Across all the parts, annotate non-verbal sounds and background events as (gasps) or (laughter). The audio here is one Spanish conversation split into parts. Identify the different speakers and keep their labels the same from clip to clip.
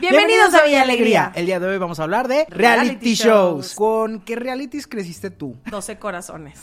Speaker 1: Bienvenidos a Villa Alegría.
Speaker 2: El día de hoy vamos a hablar de
Speaker 1: Reality
Speaker 2: reality,
Speaker 1: shows.
Speaker 2: shows. ¿Con qué realities creciste tú?
Speaker 1: 12 corazones.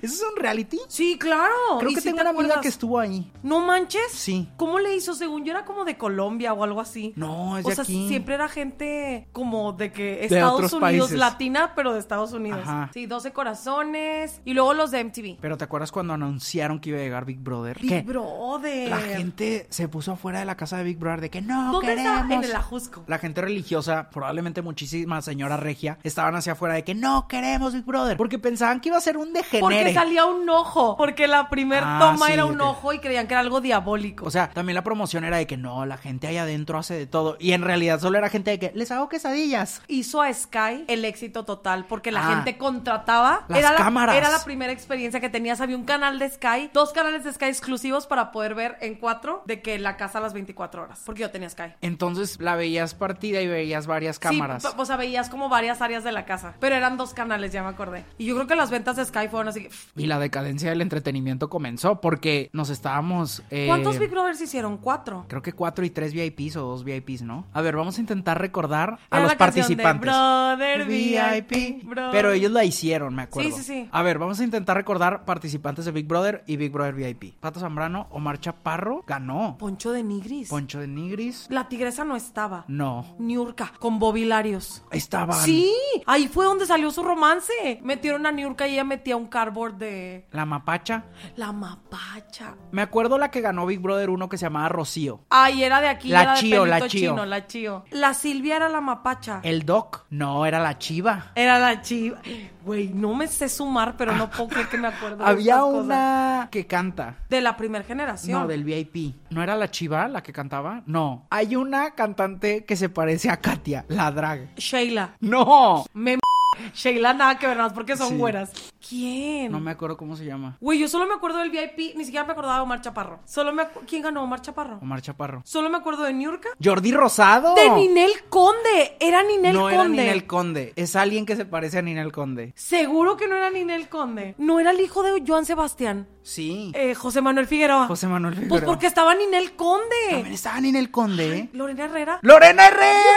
Speaker 2: ¿Eso es un reality?
Speaker 1: (laughs) Sí, claro.
Speaker 2: Creo
Speaker 1: ¿Y
Speaker 2: que
Speaker 1: si
Speaker 2: tengo
Speaker 1: te
Speaker 2: una amiga
Speaker 1: acuerdas?
Speaker 2: que estuvo ahí.
Speaker 1: ¿No manches?
Speaker 2: Sí.
Speaker 1: ¿Cómo le hizo? Según yo era como de Colombia o algo así.
Speaker 2: No, es
Speaker 1: O
Speaker 2: de
Speaker 1: sea,
Speaker 2: aquí.
Speaker 1: siempre era gente como de que
Speaker 2: De
Speaker 1: Estados
Speaker 2: otros
Speaker 1: Unidos,
Speaker 2: países.
Speaker 1: latina, pero de Estados Unidos.
Speaker 2: Ajá.
Speaker 1: Sí, 12 corazones. Y luego los de MTV.
Speaker 2: Pero ¿te acuerdas cuando anunciaron que iba a llegar Big Brother?
Speaker 1: Big
Speaker 2: Que
Speaker 1: Brother.
Speaker 2: La gente se puso afuera de la casa de Big Brother de que no
Speaker 1: ¿Dónde está?
Speaker 2: queremos.
Speaker 1: En el Ajusco.
Speaker 2: La gente religiosa, probablemente muchísima señora regia, estaban hacia afuera de que no queremos Big Brother. Porque pensaban que iba a ser un
Speaker 1: Porque
Speaker 2: degenere.
Speaker 1: salía un ojo. Porque la primer
Speaker 2: Ah,
Speaker 1: toma
Speaker 2: sí,
Speaker 1: era
Speaker 2: de
Speaker 1: un
Speaker 2: que-
Speaker 1: ojo y creían que era algo diabólico.
Speaker 2: O sea, también la promoción era de que no, la gente ahí adentro hace de todo. Y en realidad solo era gente de que les hago quesadillas.
Speaker 1: hizo a Sky el éxito total porque la
Speaker 2: Ah.
Speaker 1: gente contrataba
Speaker 2: Las
Speaker 1: era la,
Speaker 2: cámaras.
Speaker 1: era la primera experiencia que tenías había un canal de Sky dos canales de Sky exclusivos para poder ver en cuatro de que la casa a las 24 horas porque yo tenía Sky
Speaker 2: Entonces la veías partida y veías varias cámaras.
Speaker 1: Sí, p- o sea, veías como varias áreas de la casa. Pero eran dos canales, ya me acordé. Y yo creo que las ventas de Sky fueron así. que, pff.
Speaker 2: y la decadencia del entretenimiento comenzó porque nos estábamos... eh,
Speaker 1: ¿Cuántos Big Brothers hicieron? Cuatro.
Speaker 2: Creo que cuatro y tres VIPs o dos VIPs, ¿no? A ver, vamos a intentar recordar a
Speaker 1: Era
Speaker 2: los
Speaker 1: la canción de
Speaker 2: participantes.
Speaker 1: Brother VIP, brother.
Speaker 2: Pero ellos la hicieron, me acuerdo.
Speaker 1: Sí, sí, sí.
Speaker 2: A ver, vamos a intentar recordar participantes de Big Brother y Big Brother VIP. Pato Zambrano, Omar Chaparro ganó.
Speaker 1: Poncho de Nigris.
Speaker 2: Poncho de Nigris,
Speaker 1: La tigresa no estaba.
Speaker 2: no.
Speaker 1: Niurka con Bobilarios.
Speaker 2: Estaban.
Speaker 1: Sí, ahí fue donde salió su romance. Metieron a Niurka y ella metía un cardboard de
Speaker 2: La Mapacha.
Speaker 1: la mapacha.
Speaker 2: Me acuerdo la que ganó Big Brother 1 que se llamaba Rocío.
Speaker 1: Ay, era de aquí.
Speaker 2: La
Speaker 1: era de
Speaker 2: Chío, la
Speaker 1: pelito
Speaker 2: Chío.
Speaker 1: chino, la chío. La Silvia era la mapacha.
Speaker 2: El Doc, no, era la Chiva.
Speaker 1: Era la chiva. Güey, no me sé sumar, pero no puedo creer que me acuerdo. de
Speaker 2: Había
Speaker 1: estas cosas.
Speaker 2: una que canta.
Speaker 1: De la primera generación.
Speaker 2: No, del VIP. ¿No era la chiva la que cantaba? No. Hay una cantante que se parece a Katia, la drag.
Speaker 1: Sheila.
Speaker 2: ¡No!
Speaker 1: Me. Sheila, nada que ver, nada más porque son
Speaker 2: Sí.
Speaker 1: güeras. ¿Quién?
Speaker 2: No me acuerdo cómo se llama.
Speaker 1: Güey, yo solo me acuerdo del VIP, ni siquiera me acordaba de Omar Chaparro. Solo me acu- ¿Quién ganó Omar Chaparro?
Speaker 2: Omar Chaparro.
Speaker 1: Solo me acuerdo de Niurka.
Speaker 2: ¡Jordi Rosado!
Speaker 1: De Ninel Conde. Era Ninel
Speaker 2: no
Speaker 1: Conde.
Speaker 2: era Ninel Conde. Es alguien que se parece a Ninel Conde.
Speaker 1: Seguro que no era Ninel Conde. No era el hijo de Joan Sebastián.
Speaker 2: Sí.
Speaker 1: Eh, José Manuel Figueroa.
Speaker 2: José Manuel
Speaker 1: Pues
Speaker 2: Figueroa.
Speaker 1: porque estaba Ninel
Speaker 2: También
Speaker 1: Conde.
Speaker 2: estaba Ninel Conde. ¿eh?
Speaker 1: Lorena Herrera.
Speaker 2: ¡Lorena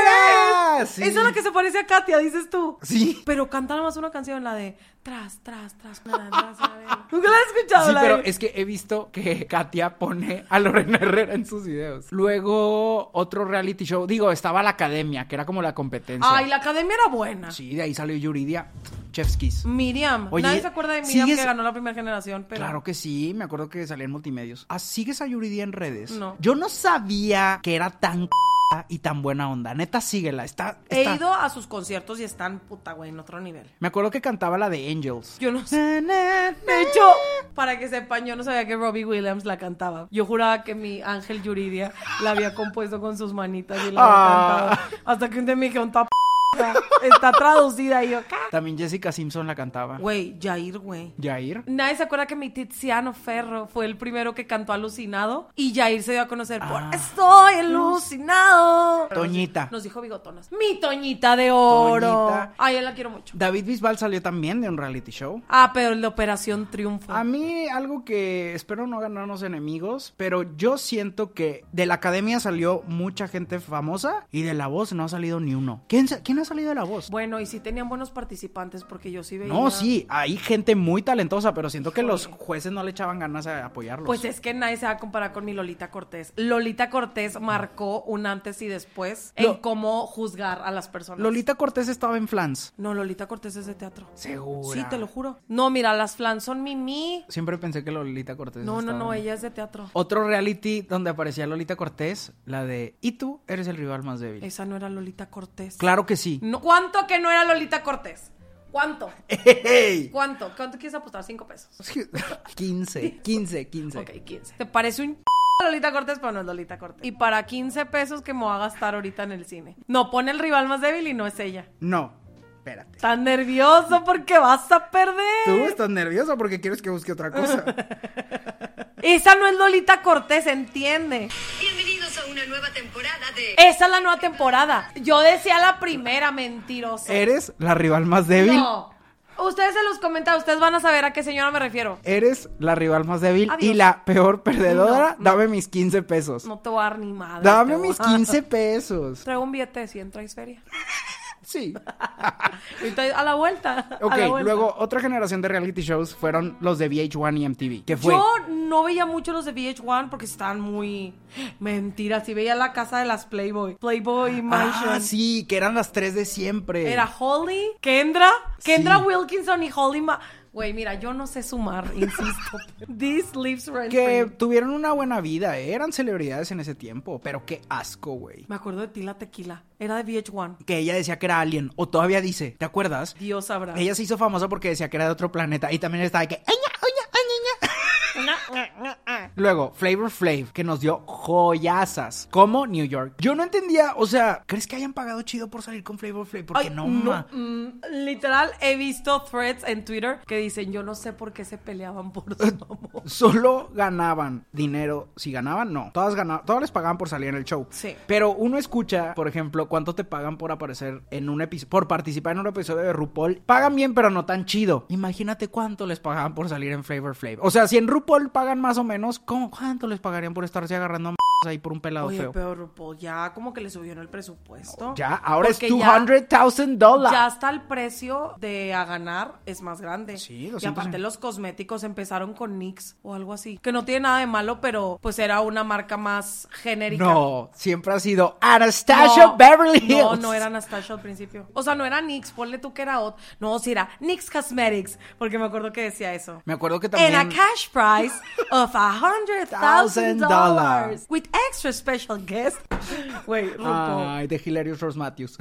Speaker 2: Herrera! Sí.
Speaker 1: Esa es la que se parece a Katia, dices tú.
Speaker 2: Sí.
Speaker 1: Pero canta nada más una canción, la de tras, tras, tras, tras, tras, tras.
Speaker 2: (laughs)
Speaker 1: Nunca la he escuchado,
Speaker 2: Sí,
Speaker 1: la
Speaker 2: pero
Speaker 1: de-
Speaker 2: es que he visto que (laughs) Katia pone a Lorena Herrera en sus videos. Luego, otro reality show. Digo, estaba la academia, que era como la competencia.
Speaker 1: Ay, la academia era buena.
Speaker 2: Sí, de ahí salió Yuridia Chevskis.
Speaker 1: Miriam.
Speaker 2: Oye,
Speaker 1: Nadie se acuerda de Miriam
Speaker 2: ¿sigues-
Speaker 1: que ganó la primera generación, Mm, pero.
Speaker 2: Claro que sí, me acuerdo que salía en multimedios. Ah, ¿sigues a Yuridia en redes?
Speaker 1: No.
Speaker 2: Yo no sabía que era tan c- y tan buena onda. Neta, síguela. Está, está-
Speaker 1: He ido a sus conciertos y están, puta, güey, en otro nivel.
Speaker 2: Me acuerdo que cantaba la de Angels.
Speaker 1: Yo no sé.
Speaker 2: Na, na, na.
Speaker 1: De hecho, para que sepan, yo no sabía que Robbie Williams la cantaba. Yo juraba que mi ángel Yuridia la había compuesto con sus manitas y la había
Speaker 2: Ah.
Speaker 1: cantado. Hasta que un día me dijeron, "Ta p- está traducida y yo, "Ca-".
Speaker 2: También Jessica Simpson la cantaba.
Speaker 1: Güey, Jair, güey.
Speaker 2: Jair.
Speaker 1: Nadie se acuerda que mi Tiziano Ferro fue el primero que cantó alucinado y Jair se dio a conocer por Estoy alucinado.
Speaker 2: Ah. Toñita.
Speaker 1: Nos dijo bigotonas. Mi Toñita de oro.
Speaker 2: Toñita.
Speaker 1: Ay, yo la quiero mucho.
Speaker 2: David Bisbal salió también de un reality show.
Speaker 1: Ah, pero el de Operación Triunfo.
Speaker 2: A mí algo que espero no ganarnos enemigos, pero yo siento que de la academia salió mucha gente famosa y de la voz no ha salido ni uno. ¿Quién, sa- quién ha salido de la voz?
Speaker 1: Bueno, y sí tenían buenos participantes porque yo sí veía.
Speaker 2: No, sí, hay gente muy talentosa, pero siento que los jueces no le echaban ganas a apoyarlos.
Speaker 1: Pues es que nadie se va a comparar con mi Lolita Cortés. Lolita Cortés marcó un antes y después en
Speaker 2: Lo-
Speaker 1: cómo juzgar a las personas.
Speaker 2: Lolita Cortés estaba en Flans.
Speaker 1: No, Lolita Cortés es de teatro.
Speaker 2: Segura.
Speaker 1: Sí, te lo juro. No, mira, las flans son mimi.
Speaker 2: Siempre pensé que Lolita Cortés
Speaker 1: No, no,
Speaker 2: estaba
Speaker 1: no,
Speaker 2: en-
Speaker 1: ella es de teatro.
Speaker 2: Otro reality donde aparecía Lolita Cortés, la de Y tú eres el rival más débil.
Speaker 1: Esa no era Lolita Cortés.
Speaker 2: Claro que sí.
Speaker 1: No, ¿Cuánto que no era Lolita Cortés? ¿Cuánto?
Speaker 2: (laughs) ¡Ey! (laughs)
Speaker 1: ¿Cuánto? ¿Cuánto quieres apostar? Cinco pesos.
Speaker 2: 15, 15, 15.
Speaker 1: Ok, 15. ¿Te parece un Lolita Cortés, pero no es Lolita Cortés. Y para 15 pesos que me voy a gastar ahorita en el cine. No, pone el rival más débil y no es ella.
Speaker 2: No, espérate.
Speaker 1: Tan nervioso porque vas a
Speaker 2: Tú
Speaker 1: perder.
Speaker 2: estás nerviosa porque quieres que busque otra cosa.
Speaker 1: (laughs) Esa no es Lolita Cortés, entiende.
Speaker 3: Bienvenidos a una nueva temporada de
Speaker 1: Esa es la nueva temporada. Yo decía la primera, mentiroso.
Speaker 2: Eres la rival más débil.
Speaker 1: No. Ustedes en los comentarios, ustedes van a saber a qué señora me refiero.
Speaker 2: Eres la rival más débil y
Speaker 1: Adiós.
Speaker 2: la peor
Speaker 1: No,
Speaker 2: perdedora.
Speaker 1: no.
Speaker 2: Dame mis 15 pesos.
Speaker 1: No te voy a dar ni madre.
Speaker 2: Dame
Speaker 1: te voy
Speaker 2: mis
Speaker 1: a-
Speaker 2: 15 pesos.
Speaker 1: Traigo un billete de 100, traes feria.
Speaker 2: Sí.
Speaker 1: (laughs) Ahorita a la vuelta.
Speaker 2: Ok,
Speaker 1: a la vuelta.
Speaker 2: luego otra generación de reality shows fueron los de VH1 y MTV. Que fue?
Speaker 1: Yo no veía mucho los de VH1 porque estaban muy mentiras. Y veía la casa de las Playboy. Playboy Mansion.
Speaker 2: Ah, sí, que eran las tres de siempre.
Speaker 1: Era Holly, Kendra, Kendra
Speaker 2: Sí.
Speaker 1: Wilkinson y Holly Ma. Güey, mira, yo no sé sumar, (laughs) insisto. This lives rent
Speaker 2: Que
Speaker 1: free.
Speaker 2: tuvieron una buena vida, eh, eran celebridades en ese tiempo, pero qué asco, güey.
Speaker 1: Me acuerdo de ti la tequila. Era de VH1.
Speaker 2: Que ella decía que era alien, o todavía dice, ¿te acuerdas?
Speaker 1: Dios sabrá.
Speaker 2: Ella se hizo famosa porque decía que era de otro planeta y también estaba de que... "Ña, ña,
Speaker 1: (laughs)
Speaker 2: ña, ña, ña". Luego, Flavor Flav, que nos dio joyazas, como New York. Yo no entendía, o sea, ¿crees que hayan pagado chido por salir con Flavor Flav? Porque
Speaker 1: Ay,
Speaker 2: no, ma.
Speaker 1: mm, literal, he visto threads en Twitter que dicen, yo no sé por qué se peleaban
Speaker 2: (laughs)
Speaker 1: por su amor.
Speaker 2: Solo ganaban dinero. Si ganaban, no. Todas ganaban, todas les pagaban por salir en el show.
Speaker 1: Sí.
Speaker 2: Pero uno escucha, por ejemplo, cuánto te pagan por aparecer en un episodio, por participar en un episodio de RuPaul. Pagan bien, pero no tan chido. Imagínate cuánto les pagaban por salir en Flavor Flav. O sea, si en RuPaul pagan más o menos, ¿cómo, ¿cuánto les pagarían por estarse agarrando a m******s ahí por un pelado
Speaker 1: Oye,
Speaker 2: feo?
Speaker 1: pero RuPaul ya como que le subieron el presupuesto.
Speaker 2: Ya, ahora
Speaker 1: Porque
Speaker 2: es
Speaker 1: ya-
Speaker 2: 200,000
Speaker 1: Ya
Speaker 2: dólares.
Speaker 1: hasta el precio de a ganar es más grande.
Speaker 2: Sí,
Speaker 1: Y
Speaker 2: 200.
Speaker 1: aparte los cosméticos empezaron con NYX o algo así. Que no tiene nada de malo, pero pues era una marca más genérica.
Speaker 2: No, siempre ha sido Anastasia
Speaker 1: No,
Speaker 2: Beverly Hills.
Speaker 1: No, no era Anastasia al principio. O sea, no era NYX, ponle tú que era otro. No, sí era NYX Cosmetics, porque me acuerdo que decía eso.
Speaker 2: Me acuerdo que
Speaker 1: En
Speaker 2: también...
Speaker 1: a cash price of a hundred thousand dollars with extra special guest. Güey, RuPaul.
Speaker 2: Ay, de Hilarious Rose Matthews.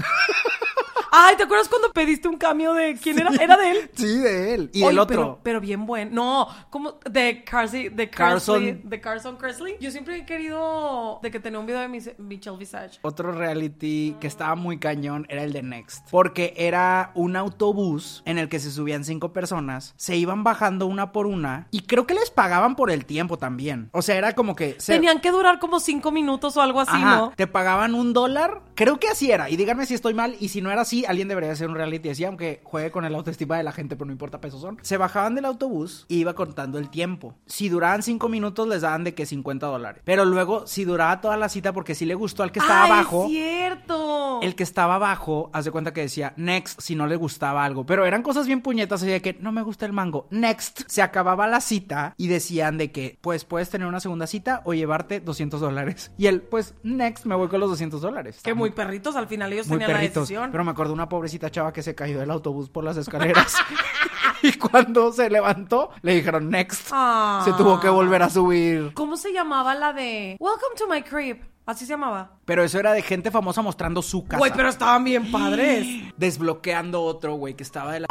Speaker 1: Ay, ¿te acuerdas cuando pediste un cambio de quién era? Era de él.
Speaker 2: Sí, de él. (laughs) Y
Speaker 1: Oye,
Speaker 2: del otro.
Speaker 1: Pero, pero bien bueno. No, como de Carsi, de
Speaker 2: Carson.
Speaker 1: Carson. De Carson Kersley. Yo siempre he querido de que tenía un video de Mis- Michelle Visage.
Speaker 2: Otro reality que estaba muy cañón era el de Next. Porque era un autobús en el que se subían cinco personas, se iban bajando una por una y creo que les pagaban por el tiempo también. O sea, era como que... se-
Speaker 1: Tenían que durar como cinco minutos o algo así,
Speaker 2: Ajá,
Speaker 1: ¿no?
Speaker 2: te pagaban un dólar. Creo que así era. Y díganme si estoy mal. Y si no era así, alguien debería hacer un reality así, aunque juegue con el autoestima de la gente, pero no importa, pesos son. Se bajaban del autobús y iba contando el tiempo. Si duraban cinco minutos, les daban de que 50 dólares. Pero luego, si duraba toda la cita porque sí le gustó al que estaba
Speaker 1: Ah, es
Speaker 2: abajo.
Speaker 1: cierto!
Speaker 2: El que estaba abajo, haz de cuenta que decía next si no le gustaba algo. Pero eran cosas bien puñetas, así de que no me gusta el mango. Next. Se acababa la cita y decían de que, pues puedes tener una segunda cita o llevarte 200 dólares. Y él, pues next, me voy con los 200 dólares.
Speaker 1: Que muy perritos, al final ellos
Speaker 2: muy
Speaker 1: tenían la
Speaker 2: perritos.
Speaker 1: decisión.
Speaker 2: Pero me acuerdo una pobrecita chava que se cayó del autobús por las escaleras. (laughs) y cuando se levantó, le dijeron next.
Speaker 1: Ah.
Speaker 2: Se tuvo que volver a subir.
Speaker 1: ¿Cómo se llamaba la de Welcome to my crib? Así se llamaba.
Speaker 2: Pero eso era de gente famosa mostrando su casa.
Speaker 1: Güey, pero estaban bien
Speaker 2: (gasps)
Speaker 1: padres.
Speaker 2: Desbloqueando otro, güey, que estaba de la.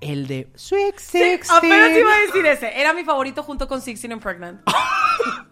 Speaker 2: El de. Sweet
Speaker 1: Sí,
Speaker 2: Sixteen.
Speaker 1: apenas iba a decir ese. Era mi favorito junto con Sixteen and
Speaker 2: (laughs)
Speaker 1: Pregnant.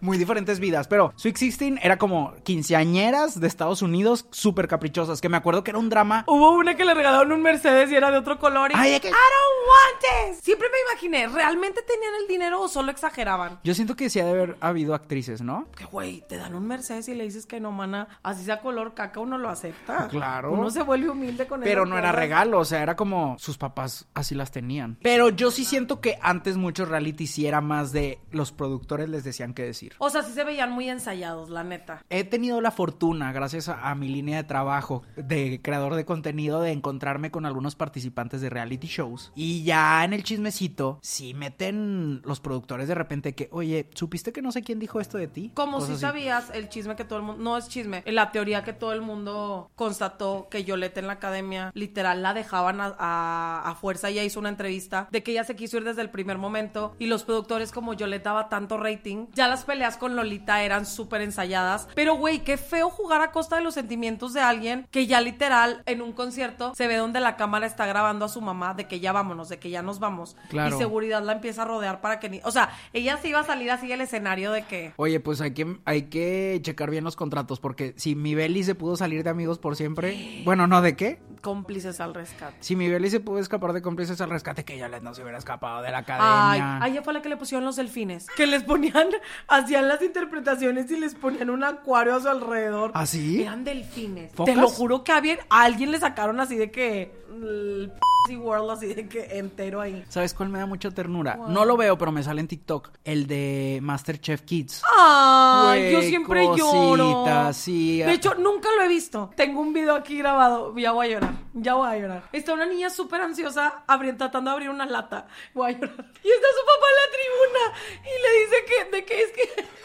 Speaker 2: Muy diferentes vidas, pero Sweet Sixteen era como quinceañeras de Estados Unidos súper caprichosas, que me acuerdo que era un drama.
Speaker 1: Hubo una que le regalaron un Mercedes y era de otro color y...
Speaker 2: Ay, de que-
Speaker 1: ¡I don't want this! Siempre me imaginé, ¿realmente tenían el dinero o solo exageraban?
Speaker 2: Yo siento que sí ha de haber habido actrices, ¿no?
Speaker 1: Que, güey, te dan un Mercedes y le dices que no, mana, así sea color caca, uno lo acepta.
Speaker 2: Claro.
Speaker 1: Uno se vuelve humilde con
Speaker 2: Pero
Speaker 1: esas
Speaker 2: no era
Speaker 1: cosas.
Speaker 2: regalo, o sea, era como sus papás así las tenían. Pero yo sí siento que antes muchos reality sí era más de los productores les decían qué decir.
Speaker 1: O sea, sí se veían muy ensayados, la neta.
Speaker 2: He tenido la fortuna, gracias a, a mi línea de trabajo de creador de contenido, de encontrarme con algunos participantes de reality shows. Y ya en el chismecito, si meten los productores de repente que, oye, ¿supiste que no sé quién dijo esto de ti?
Speaker 1: Como si
Speaker 2: Cosas así.
Speaker 1: sabías el chisme que todo el mundo... No es chisme, la teoría que todo el mundo constató que Yolette en la academia, literal, la dejaban a, a- a fuerza. Ella hizo una entrevista de que ella se quiso ir desde el primer momento y los productores, como Yolette daba tanto rating, ya las peleaban peleas con Lolita eran súper ensayadas. Pero, güey, qué feo jugar a costa de los sentimientos de alguien que ya literal en un concierto se ve donde la cámara está grabando a su mamá de que ya vámonos, de que ya nos vamos.
Speaker 2: Claro.
Speaker 1: Y seguridad la empieza a rodear para que ni. O sea, ella se iba a salir así del escenario de que.
Speaker 2: Oye, pues hay que, hay que checar bien los contratos, porque si mi Beli se pudo salir de amigos por siempre,
Speaker 1: (gasps)
Speaker 2: bueno, no de qué.
Speaker 1: Cómplices al rescate.
Speaker 2: Si mi Beli se pudo escapar de cómplices al rescate, que ya les no se hubiera escapado de la
Speaker 1: Ay,
Speaker 2: academia.
Speaker 1: allá fue la que le pusieron los delfines. Que les ponían, (laughs) hacían las interpretaciones y les ponían un acuario a su alrededor.
Speaker 2: ¿Ah, sí?
Speaker 1: Eran delfines.
Speaker 2: ¿Focas?
Speaker 1: Te lo juro que a alguien, a alguien le sacaron así de que. El p- world así de que entero ahí.
Speaker 2: ¿Sabes cuál me da mucha ternura? No lo veo, pero me sale en TikTok. El de Masterchef Kids.
Speaker 1: Ay,
Speaker 2: Güey,
Speaker 1: yo siempre lloro.
Speaker 2: cosita, sí. ah.
Speaker 1: De hecho, nunca lo he visto. Tengo un video aquí grabado. Ya voy a llorar. Ya voy a llorar. Está una niña súper ansiosa abri- tratando de abrir una lata. Voy a llorar. Y está su papá en la tribuna y le dice que, de que es que. (laughs)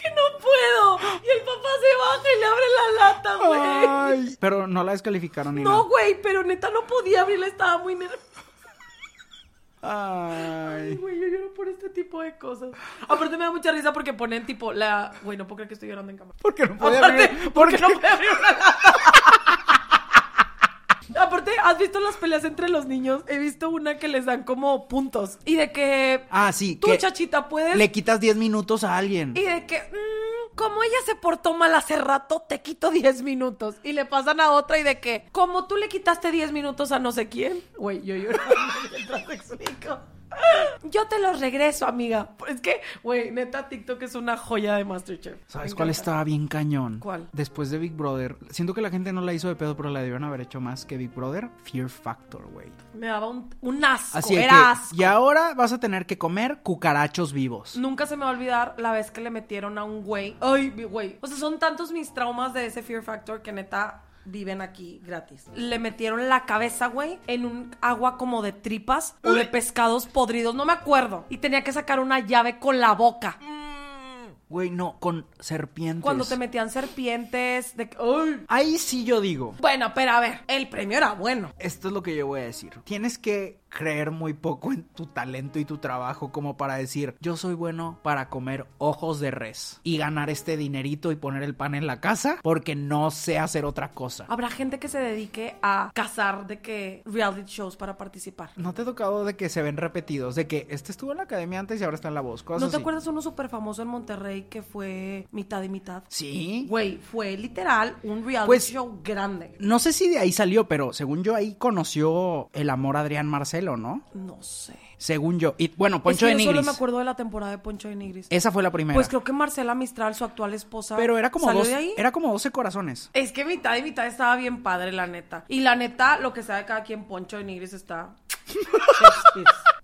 Speaker 1: que no puedo. Y el papá se baja y le abre la lata, güey.
Speaker 2: Ay, pero no la descalificaron ni
Speaker 1: No, güey, pero neta no podía abrirla. Estaba muy nerviosa.
Speaker 2: nada. Ay.
Speaker 1: Ay, Güey, yo lloro por este tipo de cosas. Aparte me da mucha risa porque ponen tipo la... Güey, no puedo creer que estoy llorando en cámara.
Speaker 2: Porque no puede
Speaker 1: Aparte,
Speaker 2: abrir-
Speaker 1: porque
Speaker 2: porque-
Speaker 1: no puede abrir una lata. Aparte, ¿has visto las peleas entre los niños? He visto una que les dan como puntos. Y de que...
Speaker 2: Ah, sí.
Speaker 1: Tú,
Speaker 2: que
Speaker 1: chachita, puedes...
Speaker 2: Le quitas 10 minutos a alguien.
Speaker 1: Y de que... mm, como ella se portó mal hace rato, te quito 10 minutos. Y le pasan a otra y de que... Como tú le quitaste 10 minutos a no sé quién. Güey, yo lloro. (laughs) mientras explico. Yo te los regreso, amiga. Es que, güey, neta, TikTok es una joya de Masterchef.
Speaker 2: ¿Sabes
Speaker 1: Me
Speaker 2: cuál
Speaker 1: encanta.
Speaker 2: estaba bien cañón?
Speaker 1: ¿Cuál?
Speaker 2: Después de Big Brother. Siento que la gente no la hizo de pedo, pero la debieron haber hecho más que Big Brother. Fear Factor, güey.
Speaker 1: Me daba un, un asco.
Speaker 2: Así de
Speaker 1: Era
Speaker 2: que,
Speaker 1: asco. Mm.
Speaker 2: Y ahora vas a tener que comer cucarachos vivos.
Speaker 1: Nunca se me va a olvidar la vez que le metieron a un güey. Ay, mi güey. O sea, son tantos mis traumas de ese Fear Factor que neta viven aquí gratis. Le metieron la cabeza, güey, en un agua como de tripas o de pescados podridos, no me acuerdo. Y tenía que sacar una llave con la boca.
Speaker 2: Güey, no, con serpientes.
Speaker 1: Cuando te metían serpientes, de que- ¡Ay!
Speaker 2: Ahí sí yo digo.
Speaker 1: Bueno, pero a ver, el premio era bueno.
Speaker 2: Esto es lo que yo voy a decir. Tienes que creer muy poco en tu talento y tu trabajo como para decir, yo soy bueno para comer ojos de res y ganar este dinerito y poner el pan en la casa porque no sé hacer otra cosa.
Speaker 1: Habrá gente que se dedique a cazar de que reality shows para participar.
Speaker 2: ¿No te ha tocado de que se ven repetidos? De que este estuvo en la academia antes y ahora está en la voz. Cosas
Speaker 1: ¿No te
Speaker 2: así.
Speaker 1: acuerdas uno súper famoso en Monterrey que fue mitad y mitad?
Speaker 2: Sí.
Speaker 1: Güey, fue literal un reality
Speaker 2: Pues-
Speaker 1: show grande.
Speaker 2: No sé si de ahí salió, pero según yo ahí conoció el amor a Adrián Marcelo, ¿no?
Speaker 1: No sé.
Speaker 2: Según yo. Y bueno, Poncho
Speaker 1: Es que
Speaker 2: de
Speaker 1: yo solo
Speaker 2: Nigris.
Speaker 1: me acuerdo de la temporada de Poncho de Nigris.
Speaker 2: Esa fue la primera.
Speaker 1: Pues creo que Marcela Mistral, su actual esposa,
Speaker 2: pero era como
Speaker 1: salió
Speaker 2: dos,
Speaker 1: de ahí.
Speaker 2: era como 12 corazones.
Speaker 1: Es que mitad y mitad estaba bien padre, la neta. Y la neta, lo que sea de cada quien, Poncho de Nigris está...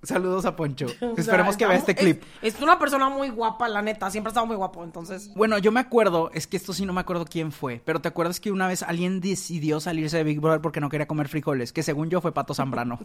Speaker 2: Saludos a
Speaker 1: (laughs)
Speaker 2: Poncho.
Speaker 1: O sea,
Speaker 2: (laughs) Esperemos que vea
Speaker 1: estamos-
Speaker 2: este clip.
Speaker 1: Es, es una persona muy guapa, la neta. Siempre ha estado muy guapo, entonces...
Speaker 2: Bueno, yo me acuerdo, es que esto sí no me acuerdo quién fue, pero te acuerdas que una vez alguien decidió salirse de Big Brother porque no quería comer frijoles, que según yo fue
Speaker 1: (laughs)
Speaker 2: Pato Zambrano.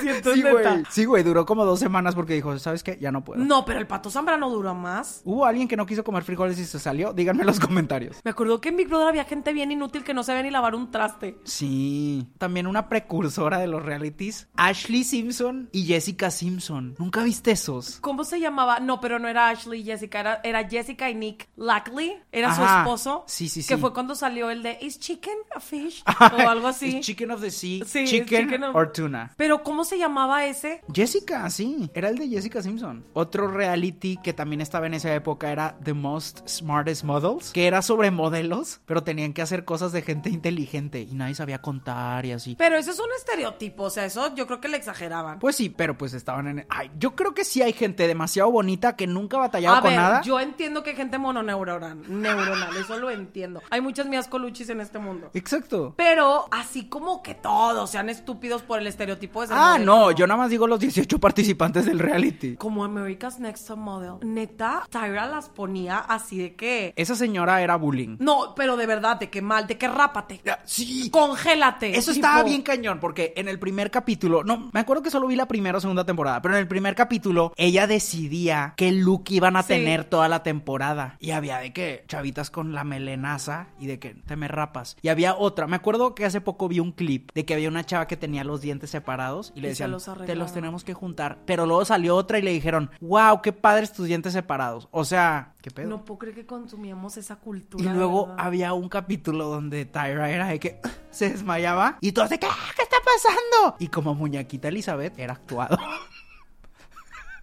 Speaker 1: Siento,
Speaker 2: (laughs) sí,
Speaker 1: (laughs) neta.
Speaker 2: güey. Sí, güey, duró como dos semanas porque dijo, ¿sabes qué? Ya no puedo.
Speaker 1: No, pero el Pato Zambrano duró más.
Speaker 2: ¿Hubo alguien que no quiso comer frijoles y se salió? Díganme en los comentarios.
Speaker 1: Me acuerdo que en Big Brother había gente bien inútil que no sabía ni lavar un traste.
Speaker 2: Sí. También una precursora de los realities, Ashley Simpson y Jessica Simpson. ¿Nunca viste esos?
Speaker 1: ¿Cómo se llamaba? No, pero no era Ashley y Jessica, era, era Jessica y Nick Lackley, era su
Speaker 2: Ajá.
Speaker 1: esposo.
Speaker 2: Sí, sí, sí.
Speaker 1: Que fue cuando salió el de Is Chicken a
Speaker 2: (laughs)
Speaker 1: Fish o algo así.
Speaker 2: Es Chicken of the Sea,
Speaker 1: Sí, es
Speaker 2: Chicken,
Speaker 1: of-
Speaker 2: or Tuna.
Speaker 1: Pero ¿cómo se llamaba ese?
Speaker 2: Jessica, sí, era el de Jessica Simpson. Otro reality que también estaba en esa época era The Most Smartest Models, que era sobre modelos, pero tenían que hacer cosas de gente inteligente y nadie sabía contar y así.
Speaker 1: Pero eso es un estereotipo, o sea, eso yo creo que le exageraban.
Speaker 2: Pues sí, pero pues estaban en... Ay, yo creo que sí hay gente demasiado bonita que nunca ha batallado
Speaker 1: a
Speaker 2: con
Speaker 1: ver,
Speaker 2: nada.
Speaker 1: yo entiendo que hay gente mononeuronal, neuronal, eso lo entiendo. Hay muchas mías coluchis en este mundo.
Speaker 2: Exacto.
Speaker 1: Pero así como que todos sean estúpidos por el estereotipo de ser
Speaker 2: Ah,
Speaker 1: modelo,
Speaker 2: no, yo nada más digo los 18 participantes del reality.
Speaker 1: como America's Next Top Model. Neta, Tyra las ponía así de que.
Speaker 2: Esa señora era bullying.
Speaker 1: No, pero de verdad, de que mal, de que rápate.
Speaker 2: Sí.
Speaker 1: Congélate.
Speaker 2: Eso
Speaker 1: tipo.
Speaker 2: estaba bien cañón, porque en el primer capítulo, no, me acuerdo que solo vi la primera primera o segunda temporada, pero en el primer capítulo ella decidía qué look iban a
Speaker 1: Sí.
Speaker 2: tener toda la temporada. Y había de que chavitas con la melenaza y de que te me rapas. Y había otra. Me acuerdo que hace poco vi un clip de que había una chava que tenía los dientes separados y le
Speaker 1: Y se
Speaker 2: decían,
Speaker 1: los
Speaker 2: te los
Speaker 1: arreglaron".
Speaker 2: tenemos que juntar. Pero luego salió otra y le dijeron, wow, qué padres tus dientes separados. O sea, qué pedo.
Speaker 1: No puedo creer que consumíamos esa cultura.
Speaker 2: Y luego
Speaker 1: ¿verdad?
Speaker 2: había un capítulo donde Tyra era de que (laughs) se desmayaba y todos de que, "Ah, ¿qué está pasando? Y como muñequita Elizabeth era
Speaker 1: (laughs)
Speaker 2: actuado.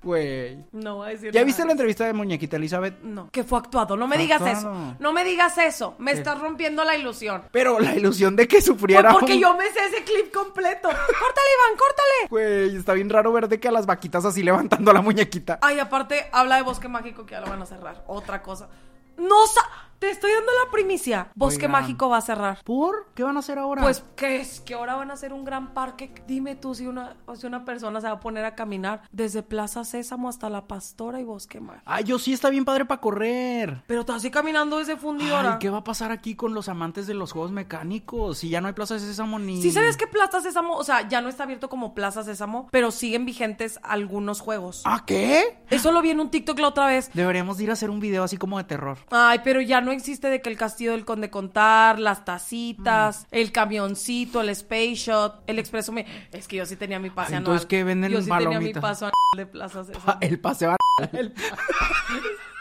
Speaker 2: Güey.
Speaker 1: No voy a decir
Speaker 2: ¿Ya
Speaker 1: nada.
Speaker 2: viste la entrevista de muñequita Elizabeth?
Speaker 1: No, que fue actuado. No me digas
Speaker 2: Actuado.
Speaker 1: eso. No me digas eso. Me estás rompiendo la ilusión.
Speaker 2: Pero la ilusión de que
Speaker 1: Pues
Speaker 2: sufriera.
Speaker 1: porque
Speaker 2: un-
Speaker 1: yo me sé ese clip
Speaker 2: (laughs)
Speaker 1: completo. Córtale, Iván, córtale.
Speaker 2: Güey, está bien raro ver de que a las vaquitas así levantando a la muñequita.
Speaker 1: Ay, aparte, habla de Bosque Mágico que ya lo van a cerrar. Otra cosa. No, sa- te estoy dando la primicia. Bosque
Speaker 2: Oigan.
Speaker 1: Mágico va a cerrar.
Speaker 2: ¿Por? ¿Qué van a hacer ahora?
Speaker 1: Pues, ¿qué es? Que ahora van a hacer un gran parque. Dime tú si una, o si una persona se va a poner a caminar desde Plaza Sésamo hasta La Pastora y Bosque Mágico.
Speaker 2: Ay, Ah, yo sí está bien padre para correr.
Speaker 1: Pero estás así caminando desde
Speaker 2: Ay,
Speaker 1: fundidora.
Speaker 2: ¿qué va a pasar aquí con los amantes de los juegos mecánicos? Si ya no hay plazas de sésamo ni.
Speaker 1: Sí sabes que Plaza Sésamo, o sea, ya no está abierto como Plaza Sésamo, pero siguen vigentes algunos juegos.
Speaker 2: ¿Ah, qué?
Speaker 1: Eso lo vi en un TikTok la otra vez.
Speaker 2: Deberíamos de ir a hacer un video así como de terror.
Speaker 1: Ay, pero ya no existe de que el castillo del conde contar, las
Speaker 2: Mm.
Speaker 1: tacitas, el camioncito, el space shot, el expreso. Mi- Es que yo sí tenía mi pase
Speaker 2: Ay,
Speaker 1: anual.
Speaker 2: entonces, ¿qué venden
Speaker 1: Yo sí tenía mi
Speaker 2: palomitas?
Speaker 1: paso anual de Plaza Sésamo.
Speaker 2: Pa- El paseo. a-